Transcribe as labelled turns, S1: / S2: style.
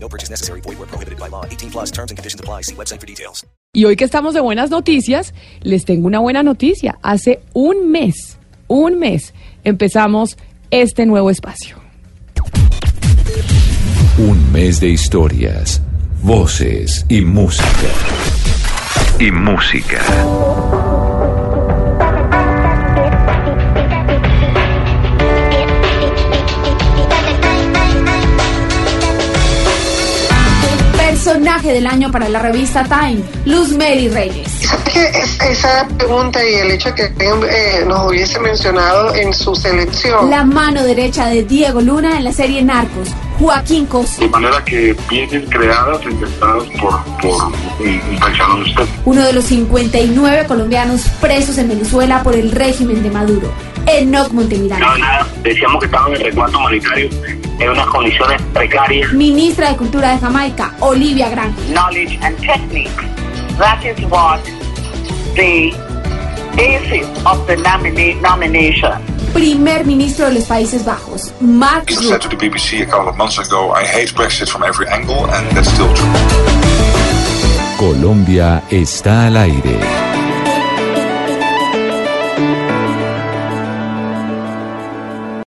S1: No purchase necessary. Void where prohibited by law. 18 plus terms and conditions apply. See website for details.
S2: Y hoy que estamos de buenas noticias, les tengo una buena noticia. Hace un mes, un mes, empezamos este nuevo espacio.
S3: Un mes de historias, voces y música. Y música.
S4: Personaje del año para la revista Time, Luz Mary Reyes.
S5: que es- esa pregunta y el hecho de que eh, nos hubiese mencionado en su selección.
S4: La mano derecha de Diego Luna en la serie Narcos, Joaquín Costa.
S6: de manera que vienen creadas, inventadas por, por un, un paisano de usted.
S4: Uno de los 59 colombianos presos en Venezuela por el régimen de Maduro, Enoc Montevideo.
S6: nada, decíamos que estaban en resguardo humanitario en unas condiciones precarias.
S4: Ministra de Cultura de Jamaica, Olivia Granja.
S7: knowledge and technique. That is what the basis of the nomina- nomination.
S4: Primer ministro de los Países Bajos, Mark
S8: said to
S4: Rutte.
S8: the BBC a couple of months ago, I hate Brexit from every angle, and that's still true.
S3: Colombia está al aire.